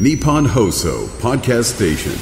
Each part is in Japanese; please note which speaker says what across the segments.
Speaker 1: Nippon Hoso Podcast Station.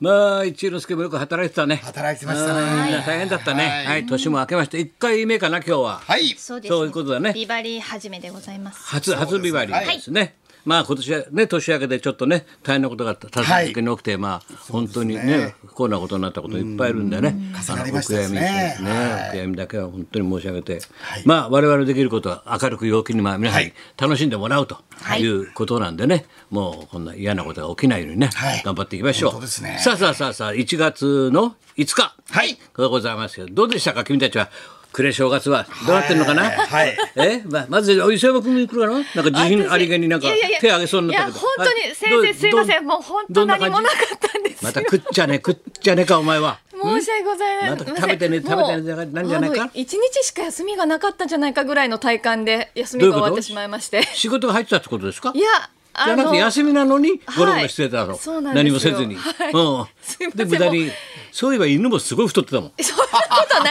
Speaker 2: まあ一之輔もよく働いてたね。
Speaker 3: 働いてま
Speaker 2: う
Speaker 3: した
Speaker 2: ん
Speaker 3: ね。
Speaker 2: 大変だったね。
Speaker 3: はい
Speaker 2: はい、年も明けまして一回目かな今日は。
Speaker 3: はい。
Speaker 4: そうです、
Speaker 2: そういうことだね
Speaker 4: ビバリー初めでございます。
Speaker 2: 初初ビバリー
Speaker 3: は
Speaker 2: で
Speaker 3: い
Speaker 2: すね。まあ今年はね年明けでちょっとね大変なことが立て続けに起きて、まあ本当にね不幸なことになったこといっぱいいるんでね。
Speaker 3: 重なりました
Speaker 2: お悔
Speaker 3: で
Speaker 2: や
Speaker 3: す
Speaker 2: み
Speaker 3: ね
Speaker 2: ですね。
Speaker 3: はい
Speaker 2: お悔やみだけは本当に申し上げて、
Speaker 3: はい
Speaker 2: まあ我々できることは明るく陽気にまあ皆さん
Speaker 3: は
Speaker 2: に
Speaker 3: い
Speaker 2: 楽しんでもらうと
Speaker 4: はい
Speaker 2: いうことなんでね、もうこんな嫌なことが起きないようにね、
Speaker 3: はい
Speaker 2: 頑張っていきましょう。
Speaker 3: 本当ですね
Speaker 2: さあさあさあさあ1月の5日。
Speaker 3: はい
Speaker 2: でございますよ。どうでしたか君たちは。暮れ正月はどうなってんのかな。
Speaker 3: はい。
Speaker 2: えままず磯山君に来るかななんか自信ありげになんか
Speaker 4: いやいやいや
Speaker 2: 手あげそうになったけど
Speaker 4: いや本当に
Speaker 2: はい
Speaker 4: 先
Speaker 2: どう
Speaker 4: 生すいません
Speaker 2: ど
Speaker 4: もう本当何も
Speaker 2: どん
Speaker 4: な
Speaker 2: 感
Speaker 4: か
Speaker 2: じ
Speaker 4: ったんですよ
Speaker 2: また食っちゃね食っちゃねかお前は
Speaker 4: 申し訳ございません。
Speaker 2: また食べてね
Speaker 4: もう
Speaker 2: 食べてねなんじゃないか
Speaker 4: もう一日しか休みがなかったんじゃないかぐらいの体感で休みが終わってしまいまして。
Speaker 2: 仕事が入ってたってことですか
Speaker 4: いや、
Speaker 2: じゃなくて休みなのにゴロゴロしてた
Speaker 4: は
Speaker 2: の
Speaker 4: いそうなんですよ
Speaker 2: 何もせずに
Speaker 4: はいすい
Speaker 2: うん
Speaker 4: ま
Speaker 2: で
Speaker 4: せん
Speaker 2: 無駄に
Speaker 4: も
Speaker 2: そういえば犬もすごい太ってたもん
Speaker 4: そんなことない。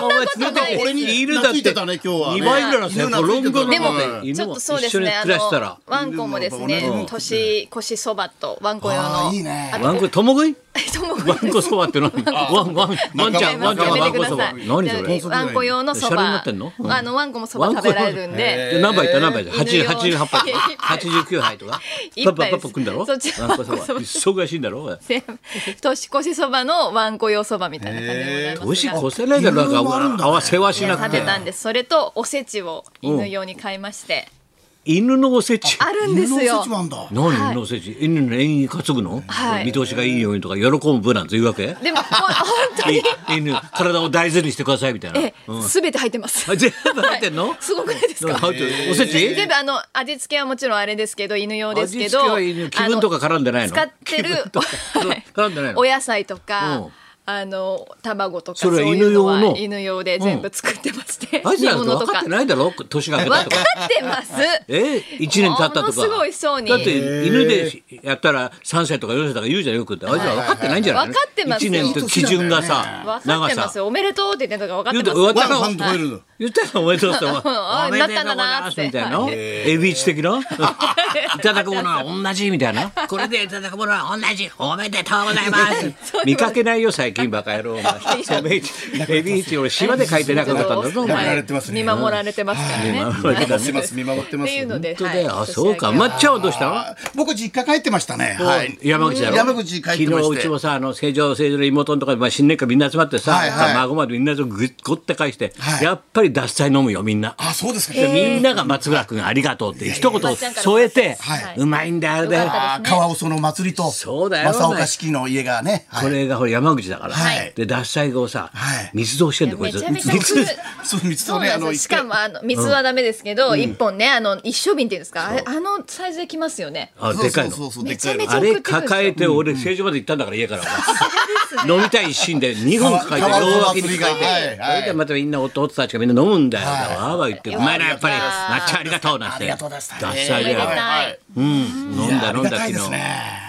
Speaker 4: そんなことない
Speaker 2: お前
Speaker 4: で
Speaker 2: 連れて犬だっ
Speaker 5: 懐
Speaker 2: て
Speaker 5: いてたね今日はね
Speaker 2: 2倍ぐらいの背
Speaker 5: 犬
Speaker 2: ロ
Speaker 5: 懐
Speaker 2: ン
Speaker 5: い
Speaker 2: グ
Speaker 5: てた
Speaker 2: の
Speaker 5: ね
Speaker 2: 犬
Speaker 5: で
Speaker 2: も
Speaker 5: も
Speaker 4: す。ちょっとそうで
Speaker 2: 一緒
Speaker 4: す
Speaker 2: に
Speaker 4: ね。あ
Speaker 2: 暮らした
Speaker 4: の
Speaker 2: ら
Speaker 4: ワンコもですね
Speaker 5: うん、
Speaker 4: 年越しそばとワンコ用
Speaker 3: あ
Speaker 4: の
Speaker 3: ーいいね。
Speaker 2: ワンコ共食い
Speaker 4: 人 も
Speaker 2: ワンコそばって何ワンワンワンちゃんワンちゃん
Speaker 4: や
Speaker 2: ワン
Speaker 4: めて
Speaker 2: コ
Speaker 4: くだ
Speaker 2: そば
Speaker 4: さい。
Speaker 2: 何それ
Speaker 4: でワンコ用のそ
Speaker 2: シャレにな
Speaker 4: ば。
Speaker 2: ってんの
Speaker 4: あのワンコもそば食べられるんで。
Speaker 2: 何杯いった何杯いった八十
Speaker 4: 犬用
Speaker 2: 八十八杯八十九杯とか
Speaker 4: いっ
Speaker 2: パ
Speaker 4: ぱ
Speaker 2: パ
Speaker 4: い
Speaker 2: パ
Speaker 4: です
Speaker 2: パ来んだろ
Speaker 4: そっち
Speaker 2: ワンコそば
Speaker 4: ワンコそば
Speaker 2: 忙しいんだろ
Speaker 4: 全部 年越しそばのワンコ用そばみたいな感じでござ
Speaker 2: 年
Speaker 4: いますが
Speaker 2: 越せないだろなんか合わせはしなく
Speaker 4: 食
Speaker 2: て
Speaker 4: べたんですそれとおせちを犬用に買いまして
Speaker 2: 犬のおせち
Speaker 4: あるんです
Speaker 3: 犬のお
Speaker 4: よ
Speaker 3: せちもあんだ。
Speaker 2: 何
Speaker 4: はい
Speaker 2: 犬のおせち犬の縁起担ぐの
Speaker 4: はい
Speaker 2: 見通しがいいようにとか喜ぶ部なんていうわけ
Speaker 4: でもほん本当に
Speaker 2: い犬体を大事にしてくださいみたいな
Speaker 4: ええ全て入ってます
Speaker 2: あ全部入ってんの
Speaker 4: はいすごくないですか
Speaker 2: 入ってるおせち
Speaker 4: 全部あの味付けはもちろんあれですけど犬用ですけど
Speaker 2: 味付けは犬気分とか絡んでないの
Speaker 4: 使ってる
Speaker 2: 気分とか
Speaker 4: はい
Speaker 2: 絡んでないの
Speaker 4: お野菜と
Speaker 2: う
Speaker 4: か
Speaker 2: ん
Speaker 4: あの卵とか
Speaker 2: それは
Speaker 4: そういうのは
Speaker 2: 犬用の
Speaker 4: 犬用で全部作ってまして
Speaker 2: あいつら
Speaker 4: 煮
Speaker 2: なん
Speaker 4: 物
Speaker 2: か分
Speaker 4: と
Speaker 2: か
Speaker 4: か
Speaker 2: ってないだろ年が明けた
Speaker 4: 分
Speaker 2: と
Speaker 4: か
Speaker 2: か
Speaker 4: ってます
Speaker 2: え一年経ったとか。
Speaker 4: ものすごいそうに
Speaker 2: だって犬でやったら三歳とか四歳とか言うじゃんよくって。あいつら分かってないんじゃないの？
Speaker 4: 分かってますよ
Speaker 2: 一年と基準がさ
Speaker 4: 分、かっ
Speaker 2: 長
Speaker 4: てます
Speaker 2: さ。
Speaker 4: よおめでとうって言ってたのが分
Speaker 2: 言
Speaker 4: か
Speaker 2: う
Speaker 4: ってて
Speaker 2: 終わ
Speaker 4: ま
Speaker 2: っ
Speaker 4: す
Speaker 2: た
Speaker 5: ワンハンド超え
Speaker 2: の
Speaker 5: るの。
Speaker 2: 言ったらおめでとうって 思う。
Speaker 4: あ
Speaker 2: おめでとうございますみたいな。エビーチ的 な。いただくものは同じみたいな。これでいただくものは同じ。おめでとうござい ます。見かけないよ最近バカ野郎。お前そうエビーチエビーチ俺島で書いてなくなったんだぞお
Speaker 3: やめら
Speaker 2: 前
Speaker 3: れ。てますね
Speaker 4: 見守られてますからね。
Speaker 2: 守られ
Speaker 4: は
Speaker 2: て
Speaker 4: い
Speaker 2: ま
Speaker 4: っ
Speaker 2: す
Speaker 3: 見守ってます見守ってま
Speaker 4: ていうの
Speaker 3: す。
Speaker 4: で、
Speaker 2: 本当だよ
Speaker 4: はい
Speaker 2: あそうか。まっちゃんはどうしたの？
Speaker 3: 僕実家帰ってましたね。はい。
Speaker 2: 山口だろ
Speaker 3: 山口帰ってまして
Speaker 2: 昨日うちもさあの成城成城の妹のとか、まあ、新年会みんな集まってさ、
Speaker 3: はいはい
Speaker 2: 孫までみんなでぐっこって返して、
Speaker 3: はい
Speaker 2: やっぱり獺祭飲むよみんな。
Speaker 3: あ、そうですか。
Speaker 2: でみんなが松村君ありがとうって一言添えて、
Speaker 3: はいう
Speaker 2: まいんだよあれだよ、
Speaker 3: あー、川尾その祭りと。
Speaker 2: そうだよ
Speaker 3: 正岡式の家がね。はい
Speaker 2: これがほら山口だから、
Speaker 3: はい
Speaker 2: で獺祭をさ、
Speaker 3: はい
Speaker 2: 密造してんのこい
Speaker 4: め
Speaker 2: つ
Speaker 4: ちゃめちゃ
Speaker 2: 密造
Speaker 3: そう、三つ
Speaker 4: そ
Speaker 3: と
Speaker 4: う
Speaker 3: ね、
Speaker 4: な
Speaker 3: あ
Speaker 4: んで
Speaker 3: の、
Speaker 4: すよしかもあの水はダメですけど、一本ねあの一升瓶っていうんですかあれあのサイズできますよね
Speaker 2: あ
Speaker 3: そう
Speaker 2: でかいの
Speaker 3: そうそうそう、で
Speaker 4: め
Speaker 3: っ
Speaker 4: ち
Speaker 3: か
Speaker 4: ゃ
Speaker 3: いの
Speaker 4: め。ちゃ
Speaker 2: あ
Speaker 4: 送
Speaker 2: れ
Speaker 4: ってくるんですよ
Speaker 2: 抱えて俺成城まで行ったんだから家から、飲みたい一心で2本抱えて
Speaker 3: 川
Speaker 2: 両
Speaker 3: 川
Speaker 2: 脇に
Speaker 3: 川
Speaker 2: 抱えて、
Speaker 3: はいは
Speaker 2: そ
Speaker 3: い
Speaker 2: れでまたみんな弟たちがみんな飲むんだよ、
Speaker 3: はい
Speaker 2: わーわー言って「うまいなやっぱり
Speaker 4: よかった
Speaker 2: 抹茶ありがとう」なんて
Speaker 3: ありがとうでしたね。
Speaker 2: 獺祭だ
Speaker 4: おめで
Speaker 2: よ
Speaker 4: たい
Speaker 2: うん飲ん
Speaker 3: いや
Speaker 2: だ
Speaker 3: あ
Speaker 2: 飲
Speaker 3: り
Speaker 2: んだ
Speaker 3: がた
Speaker 2: 昨
Speaker 3: い
Speaker 2: 日
Speaker 3: ですね。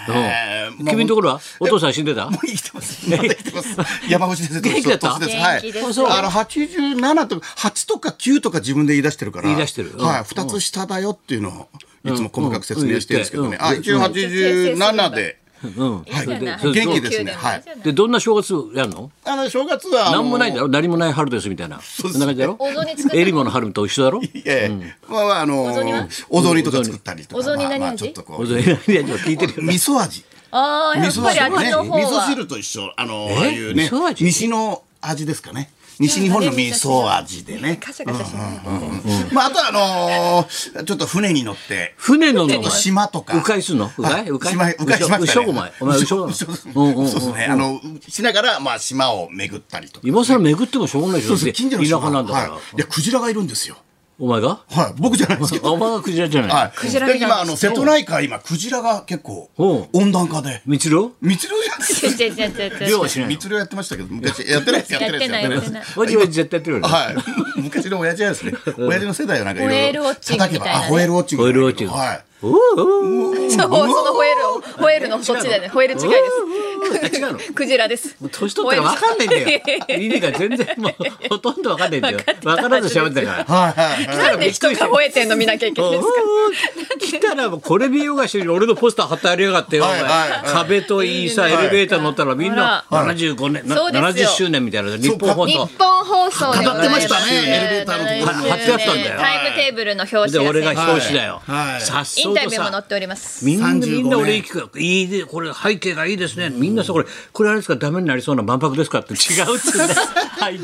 Speaker 2: うん
Speaker 3: えー
Speaker 2: 君のところはお父さん死んでた
Speaker 3: もう生きてます。まだ生きてます。山口先生と
Speaker 2: 元気だった
Speaker 3: 年です。
Speaker 4: 元気です
Speaker 3: は
Speaker 4: あ
Speaker 3: い。
Speaker 4: そう
Speaker 3: あの八十七とか八とか九とか自分で言い出してるから。
Speaker 2: 言い出してるうん
Speaker 3: はい。二つ下だよっていうのをいつも細かく説明してるんですけど
Speaker 2: うんう
Speaker 3: ね。
Speaker 2: ん
Speaker 3: あ、一応八十七で。
Speaker 2: うん
Speaker 4: いいじゃない
Speaker 2: そう
Speaker 3: 元気ですね
Speaker 4: 九も
Speaker 3: はい
Speaker 4: いいじゃな
Speaker 2: でどんな正月やるの
Speaker 3: あの正月はあの
Speaker 2: 何もないんだろ何もない春ですみたいなそんな感じだろ
Speaker 4: お雑煮作ったの
Speaker 2: えりもの春と一緒だろ
Speaker 3: ええまあまああの
Speaker 4: お雑煮は
Speaker 3: お雑煮とか作ったりとか。
Speaker 4: お雑煮
Speaker 3: まあまあ
Speaker 4: 何味
Speaker 3: ちょっとこ
Speaker 2: お
Speaker 3: う
Speaker 2: 雑煮いやちょっと聞いてるよ
Speaker 3: 味噌味。
Speaker 4: あーやっぱ
Speaker 3: 味噌
Speaker 4: り味
Speaker 3: ね
Speaker 4: の方
Speaker 3: 味噌
Speaker 4: は、
Speaker 3: 汁と一緒あのああいうね
Speaker 2: 味噌味
Speaker 3: 西の味ですかね西日本の味噌味でね
Speaker 4: カシャカシャしない、
Speaker 3: まああとはあのーちょっと船に乗って
Speaker 2: 船の名前
Speaker 3: 島とか
Speaker 2: 迂回すんの迂回
Speaker 3: はい
Speaker 2: 迂回
Speaker 3: 島へ迂回しましたね
Speaker 2: うしょお前お 前うしょ
Speaker 3: うしょうしょ
Speaker 2: うんうんうん
Speaker 3: そうですねあのしながらまあ島を巡ったりとか
Speaker 2: 今更巡ってもしょうがないでし
Speaker 3: そ
Speaker 2: ょ
Speaker 3: うです
Speaker 2: 田
Speaker 3: 近所の島
Speaker 2: 舎なんだか
Speaker 3: は
Speaker 2: ら
Speaker 3: いいやクジラがいるんですよ
Speaker 2: お前 が
Speaker 3: はい僕じゃないですけ ど
Speaker 2: お前がクジラじゃない
Speaker 3: はい
Speaker 4: ジラがいるんですよ
Speaker 3: 今あの瀬戸内海今クジラが結構
Speaker 2: うん
Speaker 3: 温暖化で
Speaker 2: 道郎
Speaker 3: 密漁やって
Speaker 4: 違う違う違う違う
Speaker 2: 漁はしないの
Speaker 3: 密漁やってましたけど昔やってないですやってないです
Speaker 4: やってないやってない
Speaker 2: おじおじ絶対やってるよね
Speaker 3: はい。 昔の親父はですね、親父の世代はなんかいろいろ。
Speaker 4: ホエールウォッチングみたいなね
Speaker 3: あホエールウォッチング。
Speaker 2: ホエールウォッチング
Speaker 3: はい。
Speaker 4: そうその吠える吠えるのそっちだよね吠える違いです
Speaker 2: 違うの
Speaker 4: クジラです。。
Speaker 2: 年取ったら分かんないんだよ意味が全然もうほとんど分かんないんだよ。分からず喋ってたから。
Speaker 3: はいはいはい。
Speaker 4: なんで人が吠えてんの見なきゃいけないんですか。
Speaker 2: 来たらもうこれ見ようがしに俺のポスター貼ってありやがってよ、お前
Speaker 3: はいはいはい
Speaker 2: 壁といいさ、
Speaker 3: いいね
Speaker 2: エレベーター乗ったらみんな
Speaker 3: あら
Speaker 2: 75年、な
Speaker 4: そうです
Speaker 2: 70
Speaker 4: よ
Speaker 2: 周年みたいな日本放
Speaker 4: 日
Speaker 2: 送
Speaker 4: 本放送でございます
Speaker 3: 語ってましたねエレベーターのとこ
Speaker 2: 貼ってあったんだよ
Speaker 4: タイムテーブルの表
Speaker 2: で
Speaker 4: 紙
Speaker 2: 俺が
Speaker 4: が
Speaker 2: 表紙だよ。
Speaker 3: はいはい
Speaker 2: さっそ
Speaker 4: イン
Speaker 2: う
Speaker 4: タ
Speaker 2: と
Speaker 4: ビューも載
Speaker 2: さ
Speaker 4: っております。
Speaker 2: みんな
Speaker 3: 35年
Speaker 2: みんな俺に聞くよいいでこれ背景がいいですね、みんなさこれこれあれですかダメになりそうな万博ですかって違うっつうんだよ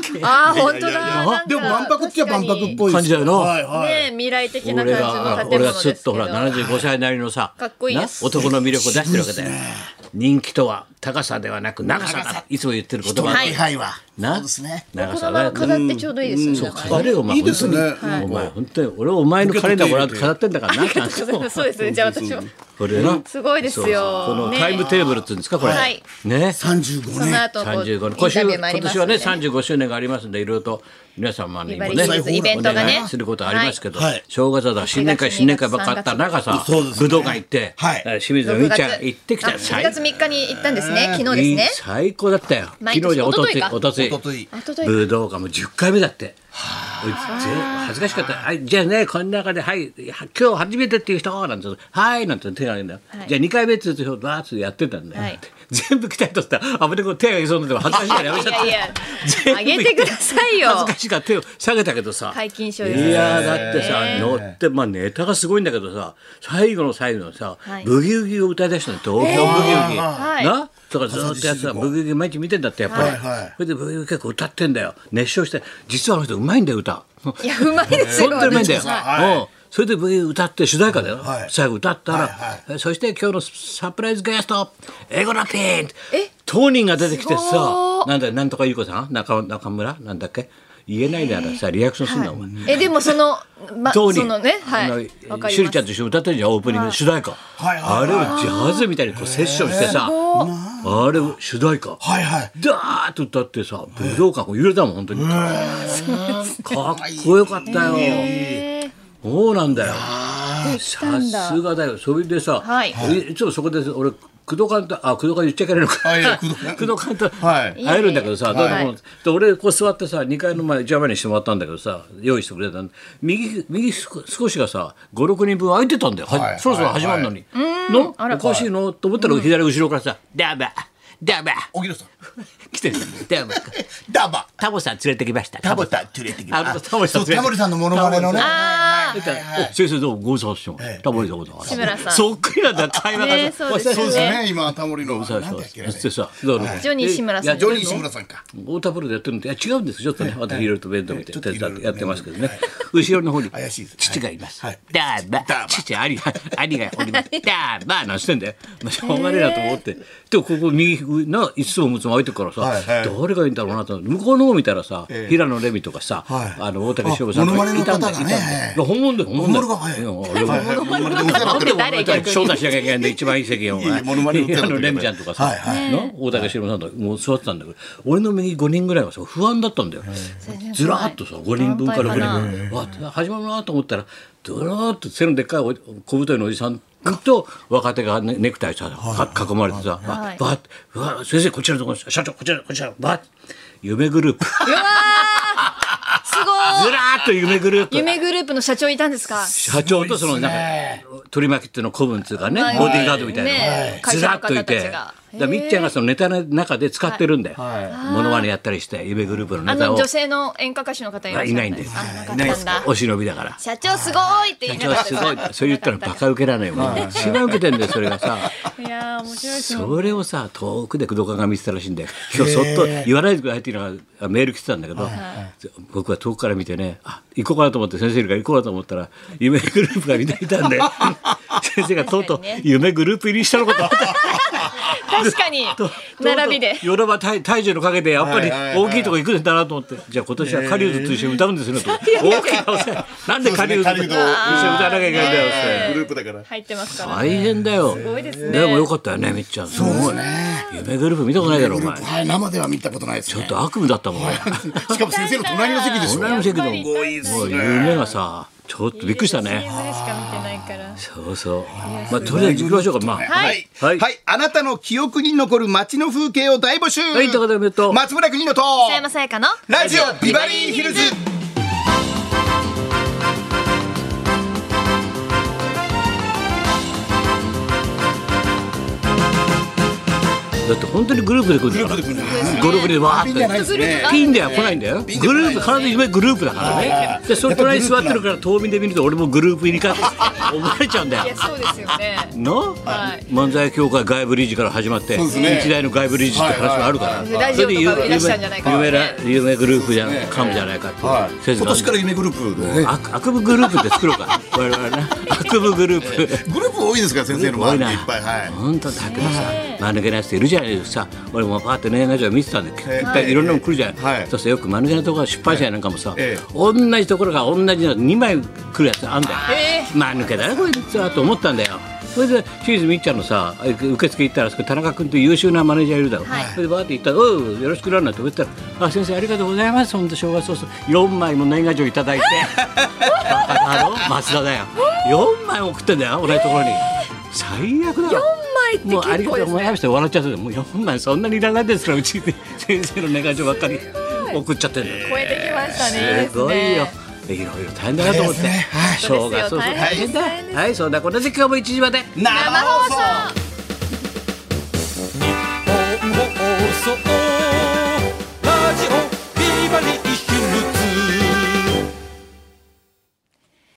Speaker 2: 背景
Speaker 4: ああ、本当
Speaker 3: いやいやいや
Speaker 4: だ。なんか
Speaker 3: でも万博っちゃ万博っぽいです
Speaker 2: 感じだよな
Speaker 3: はいはい。
Speaker 4: ね、未来的な
Speaker 2: 俺
Speaker 4: 感
Speaker 2: が
Speaker 4: じの建
Speaker 2: 俺が
Speaker 4: 物
Speaker 2: ス
Speaker 4: で
Speaker 2: ッ
Speaker 4: すけ
Speaker 2: と
Speaker 4: ど。
Speaker 2: ほら75歳なりのさ
Speaker 4: かっこいいです
Speaker 2: な男の魅力を出してるわけだよ、人気とは高さではなく長さ
Speaker 3: 長
Speaker 2: だ
Speaker 3: さ
Speaker 2: いつも言ってる言
Speaker 3: 人の
Speaker 2: 葉
Speaker 3: 気配は。
Speaker 2: な
Speaker 3: そうですね。
Speaker 2: 長
Speaker 4: こ
Speaker 2: さ
Speaker 4: の
Speaker 2: だ
Speaker 4: ま
Speaker 2: よ
Speaker 4: ま飾ってちょうどいいですよね。なんか
Speaker 2: 飾れよお前
Speaker 3: いいですね
Speaker 2: 本当にお前本当に俺お前のカレンダーもらって飾ってんだからなちゃんと
Speaker 4: そうですね。じゃあ私も
Speaker 2: これな
Speaker 4: すごいですよ。
Speaker 2: この
Speaker 4: ね
Speaker 2: タイムテーブルっていうんですかこれ
Speaker 4: はい
Speaker 2: ね
Speaker 3: 35
Speaker 4: その
Speaker 3: 年。
Speaker 4: 後こうイン
Speaker 2: 35年今
Speaker 4: タ
Speaker 2: 週
Speaker 4: ビューもあり
Speaker 2: 今
Speaker 4: ます
Speaker 2: 年
Speaker 4: よ
Speaker 2: はね
Speaker 4: ね。
Speaker 2: 35周年がありますんでいろいろと皆様にも
Speaker 4: ビバリーヒルズ
Speaker 2: ね
Speaker 4: イベントがね
Speaker 2: お願いすることありますけど、
Speaker 3: はい
Speaker 2: 正月はだから新年会
Speaker 4: 1月
Speaker 2: 新年会ばっかあった中さ、
Speaker 3: そうです
Speaker 2: 武
Speaker 3: ね
Speaker 2: 道館行って、
Speaker 3: はい
Speaker 2: 清水美ちゃん行ってきたよ
Speaker 4: あ7月3日に行ったんですね。昨日です
Speaker 2: いい
Speaker 4: ね。
Speaker 2: 最高だったよ昨
Speaker 4: 毎
Speaker 2: 日
Speaker 4: 年
Speaker 2: じゃおとつい
Speaker 4: 一昨日か
Speaker 2: おとつい
Speaker 3: おととい
Speaker 4: 一昨日か
Speaker 2: 武道館も10回目だっておいぜ恥ずかしかったはいじゃあねこの中で「はいいや今日初めてっていう人」なんて「はい」なんて手が挙げるんだよ、
Speaker 4: はい
Speaker 2: じゃあ2回目っつうとバーッとやってたんだよ、
Speaker 4: はい
Speaker 2: 全部来た人ってあぶねこう手がいそうになって恥ずかしいからやめちゃった
Speaker 4: いやいや
Speaker 2: 全部行っ
Speaker 4: あげてくださいよ
Speaker 2: 恥ずかしいから手を下げたけどさ
Speaker 4: 解禁賞ですね
Speaker 2: いやーだってさ乗ってまあネタがすごいんだけどさ最後の最後のさ
Speaker 4: はい
Speaker 2: ブギウギを歌い出したの東京ブギウギ
Speaker 4: はい
Speaker 2: なとからずーっとやってたブギウギ毎日見てんだってやっぱり、
Speaker 3: はいはい
Speaker 2: それでブギウギ結構歌ってんだよ熱唱して実はあの人うまいんだよ歌
Speaker 4: いや、うまいですよ。
Speaker 2: 本当にうまいんだよ、
Speaker 3: はい
Speaker 2: うんそれで V 歌って主題歌だよ、
Speaker 3: はい
Speaker 2: 最後歌ったら、
Speaker 3: はいは
Speaker 2: そして今日のサプライズゲストエゴラピン当人が出てきて
Speaker 4: すご
Speaker 2: さなんだなんとかゆう子さん中中村なんだっけ言えないならさリアクションするんだ、お前
Speaker 4: え、でもその、ま、
Speaker 2: 当
Speaker 4: そ
Speaker 2: 人
Speaker 4: のね、は
Speaker 2: あの
Speaker 4: い。わかり
Speaker 2: シュ
Speaker 4: ま
Speaker 2: リちゃ
Speaker 4: す
Speaker 2: ん。と一緒に歌ってるじゃんオープニングの主題歌、
Speaker 3: いはいはい
Speaker 2: あれをジャズみたいにこうセッションしてさあれを主題歌
Speaker 3: はいはい。
Speaker 2: ダーッと歌ってさ武道館こう揺れたもん本当にかっこよかったよ。
Speaker 4: へー
Speaker 2: そうなんだよ。
Speaker 4: た
Speaker 2: さ
Speaker 4: んだ
Speaker 2: すがだよ。それでさ、
Speaker 4: はい
Speaker 2: いつもそこで俺工藤監督あ工藤監督言っちゃいけないのか。
Speaker 3: はいいや工藤
Speaker 2: 工藤監督
Speaker 3: はい
Speaker 2: 会えるんだけどさ、
Speaker 4: いえいえ
Speaker 2: だからもうで俺こう座ってさ2階の前邪魔にしてもらったんだけどさ用意してくれたんだ右右すこ少しがさ56人分空いてたんだよ。は
Speaker 3: はい
Speaker 2: そろそろ始まるのに。のおかしいのと思ったら左後ろからさダバダバ
Speaker 3: おぎろさん。
Speaker 2: 来てるんだよ。ダバ
Speaker 3: ダバ。
Speaker 2: タボさん連れてきました。
Speaker 3: タボタ連れてき
Speaker 2: あ
Speaker 3: ます。
Speaker 2: タモリさん
Speaker 3: そうタモリさんのモノマネのね。
Speaker 4: あ
Speaker 2: だからお先生どうもご無沙汰してます
Speaker 3: ええ
Speaker 2: タモリさんご無沙汰して
Speaker 4: 志
Speaker 2: ま
Speaker 4: 村
Speaker 2: す
Speaker 4: さん
Speaker 2: そっくりなんだ会話が
Speaker 4: ねそうですよ
Speaker 3: そうです
Speaker 2: ね
Speaker 3: ね。今タモリの。なんだっけね
Speaker 2: そしてさだから
Speaker 4: ジョニー志村さん
Speaker 2: いや
Speaker 3: ジョニー志村さんか。
Speaker 2: 太田プロでやってるのといや違うんですよちょっとね私いろいろと弁当見て
Speaker 3: ちょっと
Speaker 2: 手
Speaker 3: いろい
Speaker 2: 伝っ
Speaker 3: ろ
Speaker 2: てやってますけどね後ろの方に
Speaker 3: 怪しいです
Speaker 2: 父がいます
Speaker 3: はい
Speaker 2: ダーバ
Speaker 3: ダーバ
Speaker 2: 父兄が兄がおり ますダーバなんしてんだよまあしょうがねえなと思ってでもここ右ないつも六つも空いてるから
Speaker 3: は
Speaker 2: さ
Speaker 3: いはい
Speaker 2: 誰がいいんだろうなと思って向こうの方見たらさ
Speaker 3: ええ
Speaker 2: 平野レミとかさ
Speaker 3: はい
Speaker 2: あの大竹しのぶさんと
Speaker 3: あモ
Speaker 2: か
Speaker 3: ノマネ
Speaker 2: い
Speaker 3: の
Speaker 2: たん
Speaker 3: 方
Speaker 2: だ
Speaker 3: が
Speaker 2: よ
Speaker 3: ね
Speaker 2: いたんだよいや本物だよ本物
Speaker 3: 本物がはい
Speaker 2: いや俺も
Speaker 4: なんで誰
Speaker 2: だか
Speaker 4: 逆
Speaker 2: ら招
Speaker 4: に
Speaker 2: 待しなきゃいけないんで一番いい席をお
Speaker 3: いや
Speaker 2: 前
Speaker 3: いやモノマネの歌だ
Speaker 2: あ
Speaker 3: と
Speaker 2: のレミちゃんとかさ、
Speaker 3: はいは
Speaker 2: な大竹しのぶさんとかもう座ってたんだけど俺の右5人ぐらいはさ不安だったんだよずらーっとさ5人分から6人分わあ始まるなと思ったらずらーっと背のでっかいお小太りのおじさんと若手がねネクタイさか囲まれてさ、
Speaker 4: はい
Speaker 2: ばばーってうわ先生こちらのところです社長こちらこちらばーって夢グルー プず
Speaker 4: うわーすごい。
Speaker 2: らーっと夢グループ
Speaker 4: 夢グループの社長いたんですか
Speaker 2: 社長とそのなんか取り巻きっていうの古文っていうかね
Speaker 4: はい
Speaker 2: ボディーガードみたいな
Speaker 4: ね
Speaker 2: のがずらっといて
Speaker 4: 会社の方たち
Speaker 2: だか
Speaker 4: が
Speaker 2: らみっちゃんがそのネタの中で使ってるんだよ
Speaker 3: は
Speaker 2: モノマネやったりして夢グループの
Speaker 4: あ
Speaker 2: ネタ
Speaker 4: の
Speaker 2: を
Speaker 4: 女性の演歌歌手の方いらっしゃ
Speaker 2: いないんです
Speaker 4: あ、なかっ
Speaker 2: いないで
Speaker 4: たん
Speaker 2: す
Speaker 4: だ。
Speaker 2: お忍びだから
Speaker 4: 社長すご いって言いな
Speaker 2: 社
Speaker 4: が
Speaker 2: 長
Speaker 4: ら
Speaker 2: すごいそう言ったらバカ受けらないもんね一番受けてんだよそれがさ
Speaker 4: いやー面白いですよ。
Speaker 2: それをさ遠くで工藤官が見てたらしいんで今日そっと言わないでくださいっていうのがメール来てたんだけど、僕は遠くから見てねあ行こうかなと思って先生いるから行こうかなと思ったら夢グループが見ていたんで先生がとうとう
Speaker 4: 確かにね
Speaker 2: 夢グループ入りしたのこと
Speaker 4: 確かに並びで。
Speaker 2: ヨラバ体体重の陰でやっぱり
Speaker 3: はいはいはい
Speaker 2: 大きいとこ行くんだなと思ってじゃあ今年は狩人と一緒に歌うんですよねと大きい顔してなんで狩人と一緒に歌わなきゃいけないんだよって
Speaker 3: グループだから。
Speaker 4: 入ってますから。
Speaker 2: 大変だよ
Speaker 4: ごいですね
Speaker 2: もよかったよねみっちゃんすごい夢グループ見たことないだろお前ち
Speaker 3: はい生では見たことないです
Speaker 2: ょ
Speaker 3: ね
Speaker 2: っ。と悪夢だったもん俺
Speaker 3: しかも先生の隣の席ですよ。
Speaker 2: 俺の席で
Speaker 4: やっぱり
Speaker 2: も
Speaker 3: ごいです
Speaker 2: もう夢がさちょっとびっくりした
Speaker 4: いいです
Speaker 2: ね。
Speaker 4: CM でしか見てないから。
Speaker 2: そうそう。まあ、とりあえず行きましょうか。まあ、
Speaker 4: はい
Speaker 2: はい。
Speaker 3: はい。あなたの記憶に残る街の風景を大募集。はい
Speaker 2: ということでおめでとう
Speaker 3: 松村邦乃と、
Speaker 4: 北山さやかの
Speaker 3: ラジオビバリーヒルズ。
Speaker 2: だって本当にグループで来るんだから。グループでわーって。
Speaker 3: いですね
Speaker 2: ピンでは来ないんだよ。グ
Speaker 3: ンでは
Speaker 2: ル
Speaker 3: な
Speaker 2: ー
Speaker 3: い
Speaker 2: プ、必ず夢グループだからね。で、その隣に座ってるから遠目で見ると俺もグループ入りかって 思われちゃうんだよ
Speaker 4: いや。そうですよね。
Speaker 2: の、
Speaker 4: はい
Speaker 2: 漫才協会外部理事から始まって、
Speaker 3: そうですね
Speaker 2: 日大の外部理事って話もあるから、
Speaker 4: いはいはい
Speaker 2: それで有
Speaker 4: ラジオとかいらっしゃるんじゃないか
Speaker 2: 有
Speaker 4: と
Speaker 2: 名
Speaker 4: ね
Speaker 2: な有名グループじゃん、かもじゃないかって、
Speaker 3: はい。今年からら夢グループでね。
Speaker 2: 悪悪夢グループって作ろうか我々な悪夢グループ
Speaker 3: グループ多いですから、先生の
Speaker 2: 多
Speaker 3: 周
Speaker 2: い
Speaker 3: り
Speaker 2: な
Speaker 3: にいっぱい。はい。
Speaker 2: 本当だけどさ間抜けなやついるじゃないですか俺もパーって年賀状見てたんでいっぱいいろんなの来るじゃ
Speaker 3: は
Speaker 2: ないいそしてよく間抜けなところ出版社やなんかもさ
Speaker 3: ええ
Speaker 2: 同じところが同じの2枚来るやつあんだよ
Speaker 4: え
Speaker 2: 間抜けだなこいつはと思ったんだよそれで清水みっちゃんのさ受付行ったらそこ田中君という優秀なマネージャーいるだろ、
Speaker 4: はい
Speaker 2: それでバーって行ったら「おうよろしくな」なんて言ったら「あ先生ありがとうございます本当正月早々4枚も年賀状いただいてバカだろ松田だよ4枚送ってんだよ同じところに、最悪だよ
Speaker 4: 4枚
Speaker 2: も
Speaker 4: っ
Speaker 2: う
Speaker 4: て
Speaker 2: あり
Speaker 4: 結
Speaker 2: が
Speaker 4: 構
Speaker 2: と
Speaker 4: で
Speaker 2: うもう
Speaker 4: すね。
Speaker 2: やめて笑っちゃってもう4枚そんなにい らないですからうちで先生の年賀状ばっかり送っちゃってるの
Speaker 4: 超えてきましたね。
Speaker 2: すごいよ
Speaker 4: で。
Speaker 2: いろいろ大変だなと思って。しょうが、
Speaker 4: そうですよ大変
Speaker 2: はい、そんなことで今日も一時まで。
Speaker 3: 生
Speaker 4: すね。生放送。